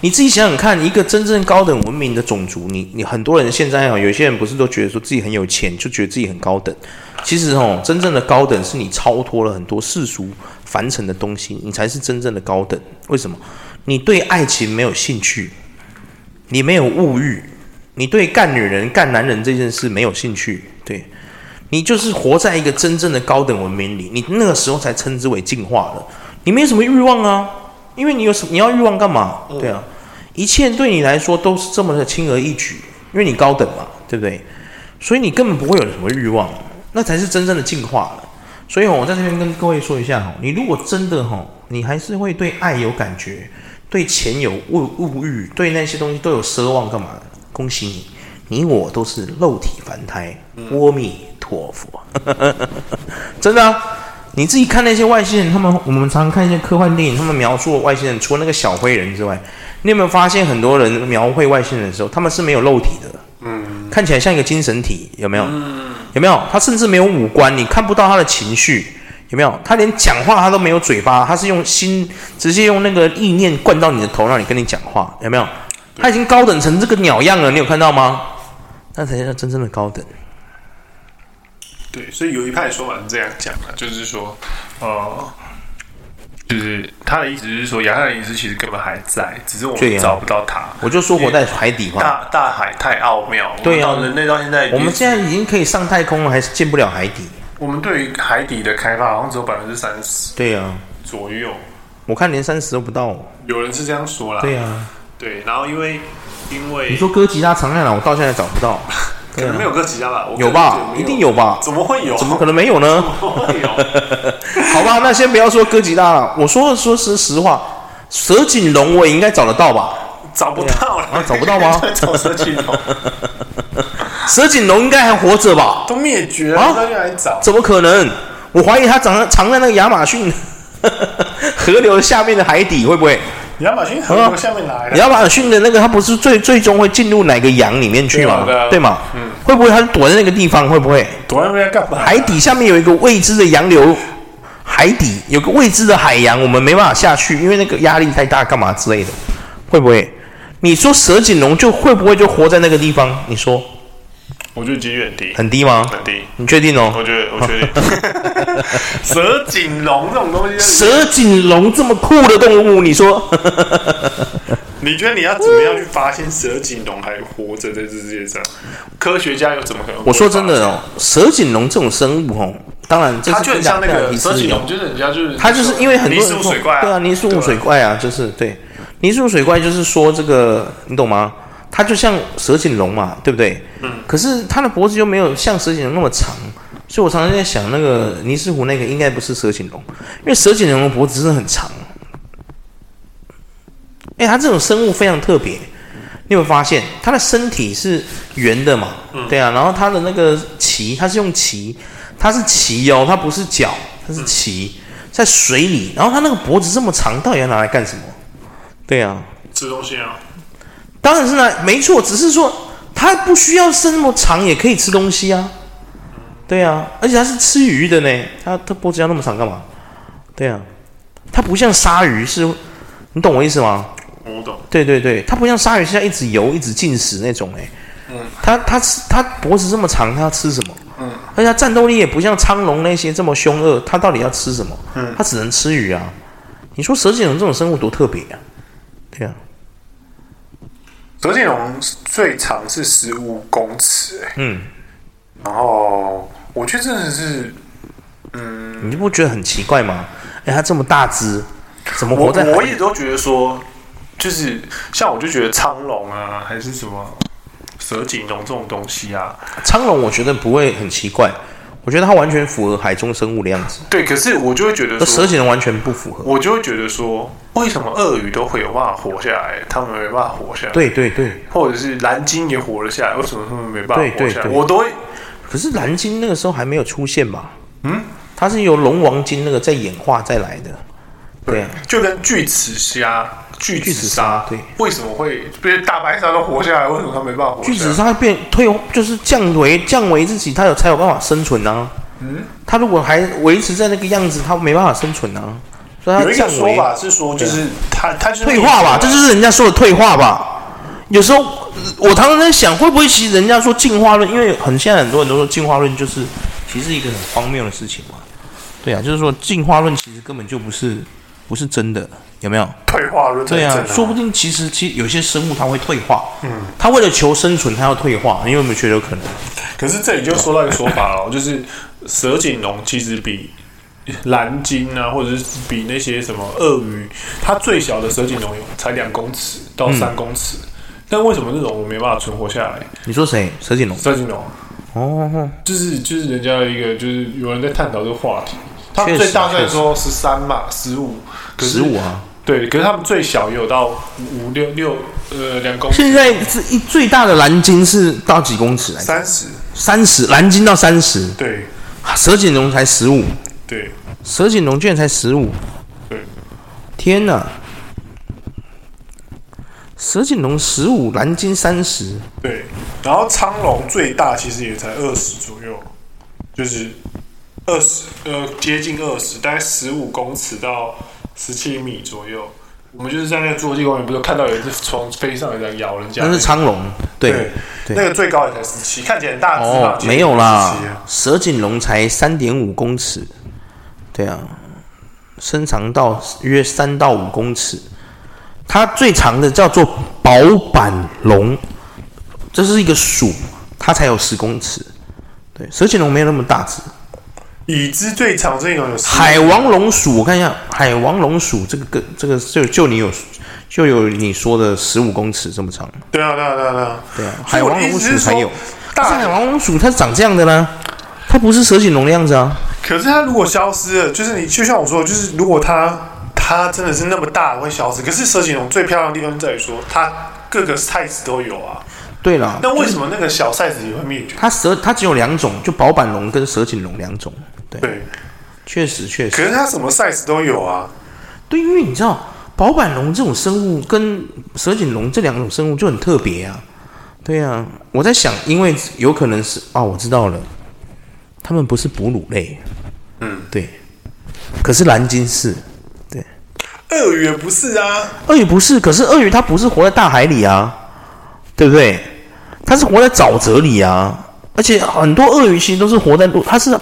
Speaker 2: 你自己想想看，一个真正高等文明的种族，你你很多人现在哦，有些人不是都觉得说自己很有钱，就觉得自己很高等。其实哦，真正的高等是你超脱了很多世俗凡尘的东西，你才是真正的高等。为什么？你对爱情没有兴趣，你没有物欲，你对干女人、干男人这件事没有兴趣，对。你就是活在一个真正的高等文明里，你那个时候才称之为进化了。你没什么欲望啊，因为你有什你要欲望干嘛？对啊，一切对你来说都是这么的轻而易举，因为你高等嘛，对不对？所以你根本不会有什么欲望，那才是真正的进化了。所以哦我在这边跟各位说一下哦，你如果真的哦，你还是会对爱有感觉，对钱有物物欲，对那些东西都有奢望，干嘛的？恭喜你，你我都是肉体凡胎，阿弥陀佛。 真的、啊，你自己看那些外星人，他们我们常看一些科幻电影，他们描述外星人，除了那个小灰人之外，你有没有发现很多人描绘外星人的时候，他们是没有肉体的，嗯，看起来像一个精神体，有没有？有没有？他甚至没有五官，你看不到他的情绪，有没有？他连讲话他都没有嘴巴，他是用心，直接用那个意念灌到你的头，让你跟你讲话，有没有？他已经高等成这个鸟样了，你有看到吗？那才叫真正的高等。
Speaker 1: 对，所以有一派说法是这样讲的，就是说，呃，就是他的意思是说，亚特兰蒂斯其实根本还在，只是我
Speaker 2: 对
Speaker 1: 们
Speaker 2: 啊
Speaker 1: 找不到他。
Speaker 2: 我就说活在海底嘛，
Speaker 1: 大大海太奥妙，
Speaker 2: 对啊
Speaker 1: 我们到人类到现在已经，
Speaker 2: 我们现在已经可以上太空了，还是进不了海底？
Speaker 1: 我们对于海底的开发好像只有百分之三十
Speaker 2: 对啊，
Speaker 1: 左右，
Speaker 2: 我看连三十都不到。
Speaker 1: 有人是这样说啦。
Speaker 2: 对啊，
Speaker 1: 对，然后因为因为
Speaker 2: 你说哥吉拉藏在哪？我到现在找不到。
Speaker 1: 可能没有哥吉拉吧，我
Speaker 2: 有吧？
Speaker 1: 可能觉得没
Speaker 2: 一定有吧？
Speaker 1: 怎么会有？
Speaker 2: 怎么可能没有呢？
Speaker 1: 怎么 会有？
Speaker 2: 好吧，那先不要说哥吉拉了。我说说实实话，蛇颈龙我也应该找得到吧？
Speaker 1: 找不到了，
Speaker 2: 啊找不到吗
Speaker 1: 找蛇颈龙
Speaker 2: 蛇颈龙应该还活着吧？
Speaker 1: 都灭绝了，
Speaker 2: 啊
Speaker 1: 他就来找。
Speaker 2: 怎么可能？我怀疑它藏在藏在那个亚马逊 河流下面的海底，会不会？
Speaker 1: 亚马逊河
Speaker 2: 啊
Speaker 1: 流下面来了，
Speaker 2: 亚马逊的那个，它不是最最终会进入哪个洋里面去
Speaker 1: 对
Speaker 2: 吗
Speaker 1: 啊对啊？
Speaker 2: 对吗？会不会它是躲在那个地方？会不会
Speaker 1: 躲在那边干嘛？
Speaker 2: 海底下面有一个未知的洋流？海底有个未知的海洋，我们没办法下去，因为那个压力太大，干嘛之类的？会不会？你说蛇颈龙就会不会就活在那个地方？你说
Speaker 1: 我觉得几率很低，
Speaker 2: 很低吗？
Speaker 1: 很低。
Speaker 2: 你确定哦
Speaker 1: 我？觉得，我觉 得蛇颈龙这种东西，
Speaker 2: 蛇颈龙这么酷的动物，你说
Speaker 1: 你觉得你要怎么样去发现蛇颈龙还活着在这世界上？科学家又怎么可能？ 啊
Speaker 2: 我说真的哦，，蛇颈龙这种生物哦，当然这
Speaker 1: 它
Speaker 2: 是
Speaker 1: 就很像那
Speaker 2: 跟亚特
Speaker 1: 个
Speaker 2: 兰蒂斯
Speaker 1: 蛇颈
Speaker 2: 一样
Speaker 1: 龙，就是人家就是
Speaker 2: 他就是因为很
Speaker 1: 泥
Speaker 2: 多人
Speaker 1: 塑
Speaker 2: 说
Speaker 1: 水怪
Speaker 2: 对啊，泥塑水怪啊，就是对，泥塑水怪就是说这个，你懂吗？它就像蛇颈龙嘛，对不对？嗯。可是它的脖子又没有像蛇颈龙那么长，所以我常常在想，那个尼斯湖那个应该不是蛇颈龙，因为蛇颈龙的脖子真的很长。哎，它这种生物非常特别，你有没有发现它的身体是圆的嘛？对啊，然后它的那个鳍，它是用鳍，它是鳍哦，它不是脚，它是鳍，在水里。然后它那个脖子这么长，到底要拿来干什么？对啊，
Speaker 1: 吃东西啊，
Speaker 2: 当然是拿，没错，只是说它不需要伸那么长也可以吃东西啊。对啊，而且它是吃鱼的呢，它它脖子要那么长干嘛？对啊，它不像鲨鱼是，你懂我意思吗？
Speaker 1: 我懂。
Speaker 2: 对对对，它不像鲨鱼是要一直游、一直进食那种哎、它它吃它脖子这么长，它要吃什么？嗯，而且他战斗力也不像苍龙那些这么凶恶，他到底要吃什么？
Speaker 1: 嗯
Speaker 2: 他只能吃鱼啊。你说蛇颈龙这种生物多特别啊？对啊，
Speaker 1: 蛇颈龙最长是十五公尺、欸，
Speaker 2: 嗯，
Speaker 1: 然后我觉得真的是，嗯，
Speaker 2: 你不觉得很奇怪吗？哎，它这么大只，怎么
Speaker 1: 我
Speaker 2: 活在海
Speaker 1: 我
Speaker 2: 里
Speaker 1: 一直都觉得说，就是像我就觉得苍龙啊，还是什么蛇颈龙这种东西啊，
Speaker 2: 苍龙我觉得不会很奇怪，我觉得它完全符合海中生物的样子，
Speaker 1: 对，可是我就会觉得
Speaker 2: 而呃蛇
Speaker 1: 说，
Speaker 2: 颈龙完全不符合。
Speaker 1: 我就会觉得说，为什么鳄鱼都会有办法活下来，他们没办法活下来？，
Speaker 2: 对对对，
Speaker 1: 或者是蓝鲸也活了下来，为什么他们没办法
Speaker 2: 对
Speaker 1: 活下来？
Speaker 2: 对对
Speaker 1: 我都会
Speaker 2: 可是蓝鲸那个时候还没有出现吧？嗯，它是由龙王鲸那个在演化再来的。对啊，
Speaker 1: 就跟巨齿虾、巨
Speaker 2: 巨齿鲨对，
Speaker 1: 为什么会被大白鲨都活下来，为什么它没办法活下来？
Speaker 2: 巨齿鲨变退，就是降维降维自己，它有才有办法生存啊。嗯，它如果还维持在那个样子，它没办法生存啊。所以它
Speaker 1: 有一
Speaker 2: 降
Speaker 1: 个说
Speaker 2: 维
Speaker 1: 法是说，就是它它就是
Speaker 2: 退化吧，这就是人家说的退化吧。有时候呃我常常在想，会不会其实人家说进化论，因为很现在很多人都说进化论就是其实是一个很荒谬的事情嘛。对啊，就是说进化论其实根本就不是不是真的，有没有？
Speaker 1: 退化论才
Speaker 2: 对
Speaker 1: 是真
Speaker 2: 啊
Speaker 1: 的，
Speaker 2: 说不定其实其实有些生物它会退化，嗯，它为了求生存，它要退化，你有没有觉得有可能？
Speaker 1: 可是这里就说到一个说法了，就是蛇颈龙其实比蓝鲸啊，或者是比那些什么鳄鱼，它最小的蛇颈龙有才两公尺到
Speaker 2: 嗯
Speaker 1: 三公尺，但为什么这种我没办法存活下来？
Speaker 2: 你说谁？蛇颈龙？
Speaker 1: 蛇颈龙
Speaker 2: 哦，
Speaker 1: 就是就是人家的一个就是有人在探讨这个话题，他们
Speaker 2: 确实
Speaker 1: 最大概说十三嘛，十五，可是
Speaker 2: 十五啊！
Speaker 1: 对，可是他们最小也有到五五六六呃两公尺，
Speaker 2: 现在这一最大的蓝鲸是到几公尺来着？
Speaker 1: 三十，
Speaker 2: 三十，蓝鲸到三十，
Speaker 1: 对
Speaker 2: 蛇颈龙才十五。
Speaker 1: 对
Speaker 2: 蛇颈龙居然才十五，
Speaker 1: 对，
Speaker 2: 天哪！蛇颈龙十五，蓝鲸三十，
Speaker 1: 对，然后苍龙最大其实也才二十左右，就是二十呃接近二十，大概十五公尺到十七米左右。我们就是在那个侏罗纪公园，不是看到有一只从飞上来在咬人家那
Speaker 2: 那
Speaker 1: 个，
Speaker 2: 是苍龙，对
Speaker 1: 对，
Speaker 2: 对
Speaker 1: 那个最高也才十七，看起来很大只嘛
Speaker 2: 哦，，
Speaker 1: 其实
Speaker 2: 没有啦
Speaker 1: 17啊，
Speaker 2: 蛇颈龙才三点五公尺，对啊，身长到约三到五公尺，它最长的叫做宝板龙，这是一个属，它才有十公尺，对，蛇颈龙没有那么大只，
Speaker 1: 已知最长这种有15
Speaker 2: 海王龙属，我看一下，海王龙属这个跟这个就就你有就有你说的十五公尺这么长，
Speaker 1: 对啊对啊对啊对啊，
Speaker 2: 对啊，
Speaker 1: 所以
Speaker 2: 海
Speaker 1: 我
Speaker 2: 王
Speaker 1: 的意
Speaker 2: 龙
Speaker 1: 思
Speaker 2: 属
Speaker 1: 是
Speaker 2: 才
Speaker 1: 说
Speaker 2: 有。但是海
Speaker 1: 大，
Speaker 2: 王龙属它是长这样的啦，它不是蛇颈龙的样子啊。
Speaker 1: 可是它如果消失了，就是你就像我说的，就是如果它它真的是那么大会消失，可是蛇颈龙最漂亮的地方在于说它各个 size 都有啊，
Speaker 2: 对啦，
Speaker 1: 那为什么那个小 size 也会灭绝？
Speaker 2: 它蛇它只有两种，就宝板龙跟蛇颈龙两种。对，
Speaker 1: 对，
Speaker 2: 确实确
Speaker 1: 可
Speaker 2: 实，
Speaker 1: 是它什么 size 都有啊，
Speaker 2: 对，因为你知道宝板龙这种生物跟蛇颈龙这两种生物就很特别啊。对啊，我在想，因为有可能是啊，我知道了，它们不是哺乳类。嗯，对。可是蓝鲸是，
Speaker 1: 鳄鱼也不是啊，
Speaker 2: 鳄鱼不是，可是鳄鱼它不是活在大海里啊，对不对？它是活在沼泽里啊，而且很多鳄鱼其实都是活在陆，它是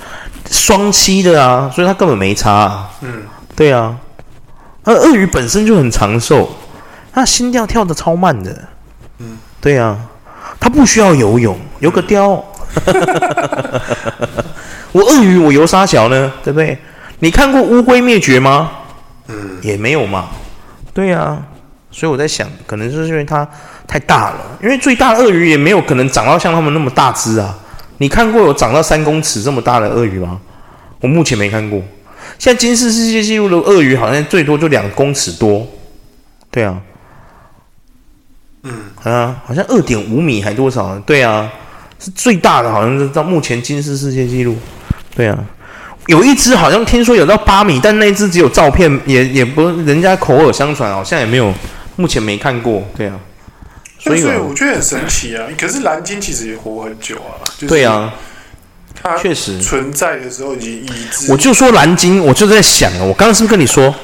Speaker 2: 双栖的啊，所以它根本没差、啊。嗯，对啊，而鳄鱼本身就很长寿，它心跳跳的超慢的。嗯，对啊，它不需要游泳，游个 雕。我鳄鱼我游啥小呢？对不对？你看过乌龟灭绝吗？嗯，也没有嘛。对呀、所以我在想，可能就是因为它太大了，因为最大的鳄鱼也没有可能长到像它们那么大只啊。你看过有长到三公尺这么大的鳄鱼吗？我目前没看过。现在金氏世界纪录的鳄鱼好像最多就两公尺多，对啊，嗯啊，好像二点五米还多少啊？对啊，是最大的，好像是到目前金氏世界纪录，对啊。有一只好像听说有到八米，但那一只只有照片，也也不人家口耳相传，好像也没有，目前没看过。对啊，
Speaker 1: 所
Speaker 2: 所
Speaker 1: 以
Speaker 2: 以
Speaker 1: 所以
Speaker 2: 我
Speaker 1: 我觉得很神奇啊。可是蓝鲸其实也活很久啊，就是、
Speaker 2: 对啊，
Speaker 1: 它
Speaker 2: 确实
Speaker 1: 存在的时候已经已知
Speaker 2: 我就说蓝鲸，我就在想啊，我刚刚是不是跟你 说，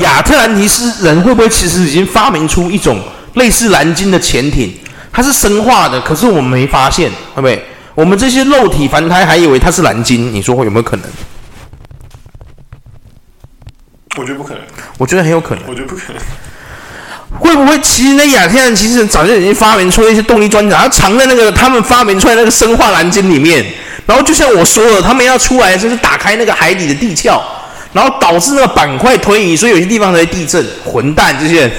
Speaker 2: 亚特兰提斯人会不会其实已经发明出一种类似蓝鲸的潜艇？它是生化的，可是我们没发现，会不会？我们这些肉体凡胎还以为它是蓝鲸，你说有没有可能？
Speaker 1: 我觉得不可能，
Speaker 2: 我觉得很有可能。
Speaker 1: 我觉得不可能。
Speaker 2: 会不会其实那亚天人其实早就已经发明出了一些动力专长，它藏在那个他们发明出来那个生化蓝鲸里面。然后就像我说的，他们要出来就是打开那个海底的地壳，然后导致那个板块推移，所以有些地方才会地震。混蛋，这些 人，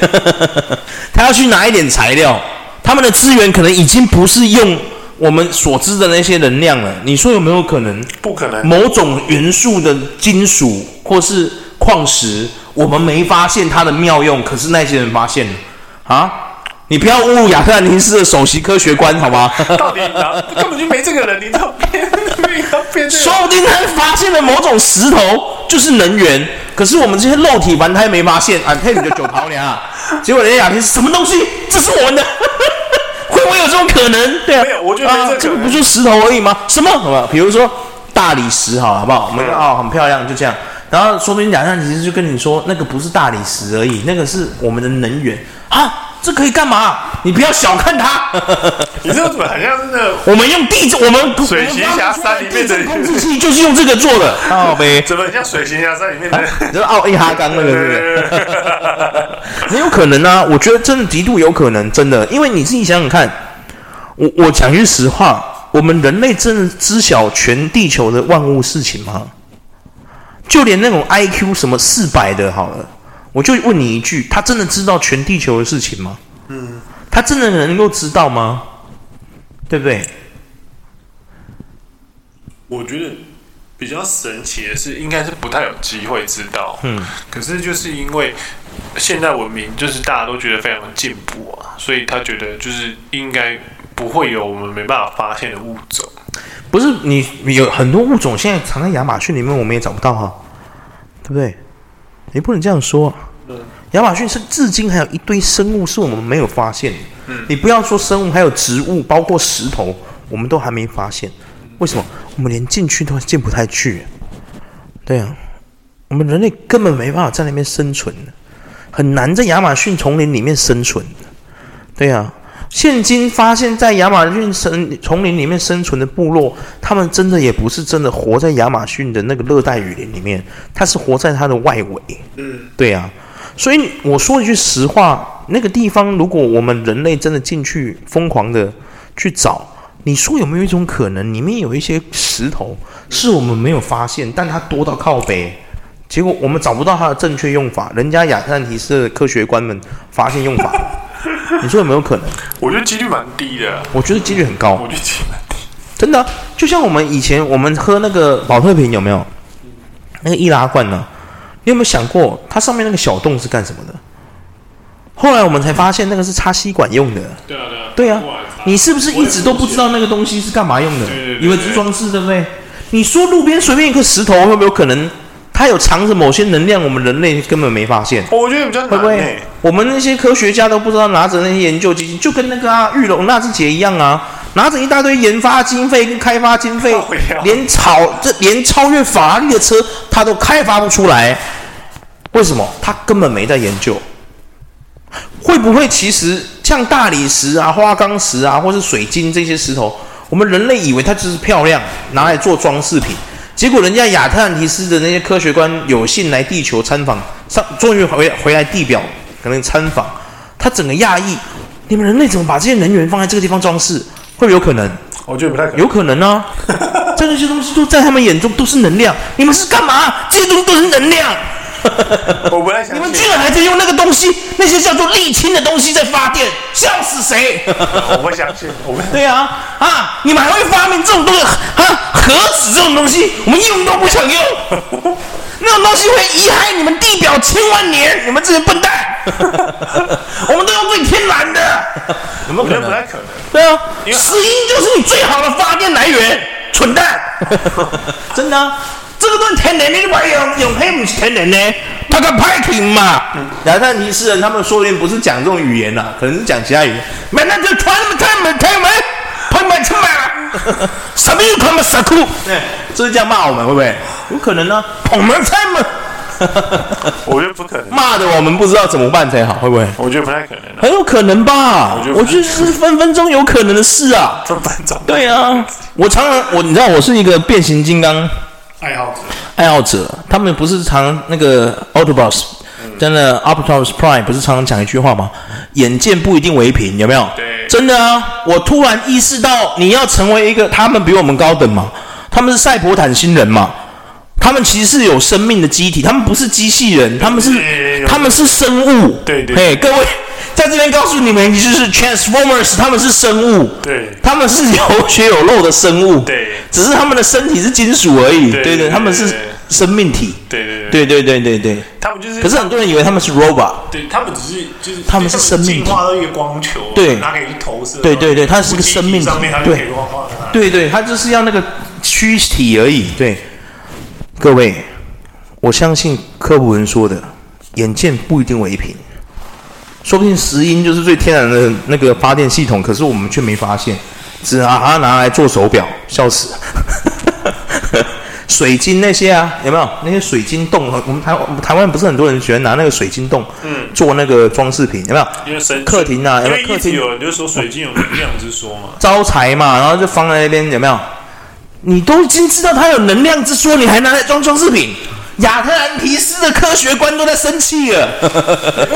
Speaker 2: 他要去拿一点材料，他们的资源可能已经不是用我们所知的那些能量了。你说有没有可能？
Speaker 1: 不可能，
Speaker 2: 某种元素的金属或是矿石，我们没发现它的妙用，可是那些人发现了啊！你不要侮辱亚特兰蒂斯的首席科学官好吗？
Speaker 1: 到底哪根本就没这个人，你知道 编没有编这
Speaker 2: 说
Speaker 1: 个。
Speaker 2: 不定他发现了某种石头就是能源，可是我们这些肉体凡胎没发现啊！配你的 九桃娘啊！结果人家亚天是什么东西？这是我们的， 会不会有这种可能？对啊，
Speaker 1: 没有我觉得没
Speaker 2: 啊
Speaker 1: 这个
Speaker 2: 这
Speaker 1: 可
Speaker 2: 个
Speaker 1: 能
Speaker 2: 不就石头而已吗？什么什么？比如说大理石，好了好不好？我们啊、哦很漂亮，就这样。然后说不定亚天其实就跟你说，那个不是大理石而已，那个是我们的能源啊！这可以干嘛？你不要小看它。
Speaker 1: 你这个怎么很像是那个，
Speaker 2: 我们用地震，我们
Speaker 1: 水行侠三里面的
Speaker 2: 我们发明出来地震控制器就是用这个做的。好呗，
Speaker 1: 怎么很像水行侠三里面的？
Speaker 2: 你知道奥利哈 刚那个对不对？
Speaker 1: 呃
Speaker 2: 很有可能啊，我觉得真的极度有可能，真的，因为你自己想想看，我我讲句实话，我们人类真的知晓全地球的万物事情吗？就连那种 IQ 什么四百的，好了，我就问你一句，他真的知道全地球的事情吗？嗯，他真的能够知道吗？对不对？
Speaker 1: 我觉得比较神奇的是，应该是不太有机会知道。嗯，可是就是因为现代文明，就是大家都觉得非常的进步啊，所以他觉得就是应该不会有我们没办法发现的物种。
Speaker 2: 不是你你有很多物种现在藏在亚马逊里面，我们也找不到哈、对不对？你不能这样说、啊。亚马逊是至今还有一堆生物是我们没有发现的。你不要说生物，还有植物，包括石头，我们都还没发现。为什么？我们连进去都进不太去。对啊，我们人类根本没办法在那边生存的，很难在亚马逊丛林里面生存的。对啊，现今发现，在亚马逊森丛林里面生存的部落，他们真的也不是真的活在亚马逊的那个热带雨林里面，他是活在它的外围。嗯，对啊，所以我说一句实话，那个地方如果我们人类真的进去疯狂的去找，你说有没有一种可能，里面有一些石头是我们没有发现，但它多到靠北，结果我们找不到它的正确用法，人家亚特兰提斯的科学官们发现用法，你说有没有可能？
Speaker 1: 我觉得几率蛮低的啊，
Speaker 2: 我觉得几率很
Speaker 1: 我
Speaker 2: 高，
Speaker 1: 觉得几率蛮低。
Speaker 2: 真的啊、就像我们以前我们喝那个保特瓶有没有？那个易拉罐呢、你有没有想过它上面那个小洞是干什么的？后来我们才发现那个是插吸管用的。
Speaker 1: 对啊，对啊，
Speaker 2: 对啊，你是不是一直都不知道那个东西是干嘛用的
Speaker 1: 对对？对
Speaker 2: 以为只是装饰，对不对？你说路边随便一颗石头，会不会有可能它有藏着某些能量，我们人类根本没发现？
Speaker 1: 我觉得比较
Speaker 2: 会
Speaker 1: 难
Speaker 2: 不
Speaker 1: 欸、
Speaker 2: 会我们那些科学家都不知道拿着那些研究基金，就跟那个啊玉龙纳智捷一样啊，拿着一大堆研发经费跟开发经费
Speaker 1: 靠腰，
Speaker 2: 连超这连超越法拉利的车他都开发不出来，为什么？他根本没在研究。会不会其实像大理石啊、花岗石啊，或是水晶这些石头，我们人类以为它只是漂亮，拿来做装饰品。结果人家亚特兰提斯的那些科学官有幸来地球参访，上终于回回来地表可能参访，他整个讶异，你们人类怎么把这些能源放在这个地方装饰？会不会有可能？
Speaker 1: 我觉得不太可能。
Speaker 2: 有可能啊，在那些东西都在他们眼中都是能量，你们是干嘛？这些东西都是能量。
Speaker 1: 我不太相
Speaker 2: 你们居
Speaker 1: 信，
Speaker 2: 然还在用那个东西，那些叫做沥青的东西在发电，笑死谁？
Speaker 1: 我不相信，我不
Speaker 2: 对啊，啊，你们还会发明这种东西 啊？核子这种东西，我们用都不想用， 那种东西会遗害你们地表千万年，你们这些笨蛋！ 我们都用最天然的，有没有
Speaker 1: 我觉得不太可能。
Speaker 2: 对啊，
Speaker 1: 因为
Speaker 2: 石英就是你最好的发电来源，蠢蛋！真的、啊，这个都是天然的，你把用用黑不是天然的，他个派停嘛！亚特兰提斯人他们说不定不是讲这种语言呐、可能是讲其他语言。买那就穿他们太门太门，他们出卖了，什么又他们傻酷？对，就是这样骂我们会不会？有可能呢、啊，捧门太门。
Speaker 1: 我觉得不可能，
Speaker 2: 骂的我们不知道怎么办才好，会不会？
Speaker 1: 我觉得不太可能啊。
Speaker 2: 很有可能吧，
Speaker 1: 觉得
Speaker 2: 我觉得是分分钟有可能的事啊。
Speaker 1: 分班长
Speaker 2: 对啊，我常常我你知道我是一个变形金刚
Speaker 1: 爱好者，
Speaker 2: 爱好者，他们不是常那个 Autobus，真
Speaker 1: 嗯
Speaker 2: 的 Optimus Prime 不是常常讲一句话吗？眼见不一定为凭，有没有？
Speaker 1: 对
Speaker 2: 真的啊！我突然意识到，你要成为一个他们比我们高等嘛，他们是赛博坦星人嘛，他们其实是有生命的机体，他们不是机器人，他们
Speaker 1: 对
Speaker 2: 是他们是生物。
Speaker 1: 对对
Speaker 2: 嘿，各位。在这边告诉你们，就是 Transformers，他们是生物，
Speaker 1: 对
Speaker 2: 他们是有血有肉的生物，
Speaker 1: 对
Speaker 2: 只是他们的身体是金属而已，
Speaker 1: 对
Speaker 2: 对
Speaker 1: 对
Speaker 2: 他们是
Speaker 1: 对
Speaker 2: 生命体，
Speaker 1: 对对对，
Speaker 2: 对对对对对。
Speaker 1: 他们就是，
Speaker 2: 可是很多人以为他们是 robot，
Speaker 1: 对他们只是就是
Speaker 2: 他们是生命体
Speaker 1: 进化到一个光球，
Speaker 2: 对
Speaker 1: 拿给去投射，
Speaker 2: 对对对它是个生命体
Speaker 1: 上面它就可以
Speaker 2: 对
Speaker 1: 画画它。
Speaker 2: 对对，他就是要那个躯体而已。对，各位，我相信柯博文说的，眼见不一定为凭，说不定石英就是最天然的那个发电系统，可是我们却没发现，只把它拿来做手表，笑死。 水晶那些啊，有没有那些水晶洞？我们台我们台湾不是很多人喜欢拿那个水晶洞，嗯，做那个装饰品，有没有？
Speaker 1: 因为神
Speaker 2: 客厅啊
Speaker 1: 因
Speaker 2: 有
Speaker 1: 为
Speaker 2: 没有客
Speaker 1: 一直
Speaker 2: 厅
Speaker 1: 有人就说水晶有能量之说 嘛，
Speaker 2: 招财嘛，然后就放在那边，有没有？你都已经知道它有能量之说，你还拿来装装饰品？亚特兰提斯的科学观都在生气 了，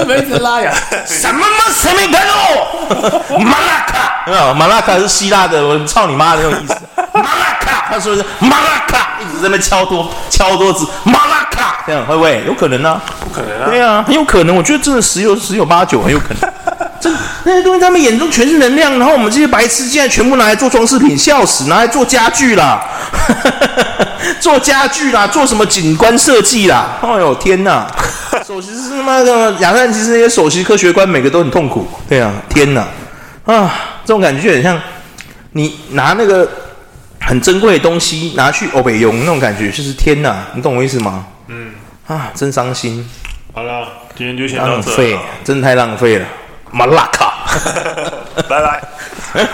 Speaker 1: 没得拉呀，
Speaker 2: 什么嘛什么干哦，马拉卡，有没有？马拉卡是希腊的，我操你妈的那 种意思。马拉卡，他说是马拉卡，一直在那边敲桌敲桌子，马拉卡，这样会不会有可能呢、
Speaker 1: 不可能啊！
Speaker 2: 对啊，很有可能，我觉得真的十有十有八九很有可 能。真的那些东西，他们眼中全是能量，然后我们这些白痴竟然全部拿来做装饰品，笑死！拿来做家具啦， 做家具啦，做什么景观设计啦？哎呦天 哪！首席是他妈的亚特兰提斯那些首席科学官，每个都很痛苦。对啊，天哪！啊，这种感觉很像你拿那个很珍贵的东西拿去欧北用那种感觉，就是天哪！你懂我意思吗？嗯。啊，真伤心。
Speaker 1: 好了，今天就先到
Speaker 2: 浪
Speaker 1: 这
Speaker 2: 费
Speaker 1: 了，，
Speaker 2: 真的太浪费了，马拉卡。
Speaker 1: 拜拜。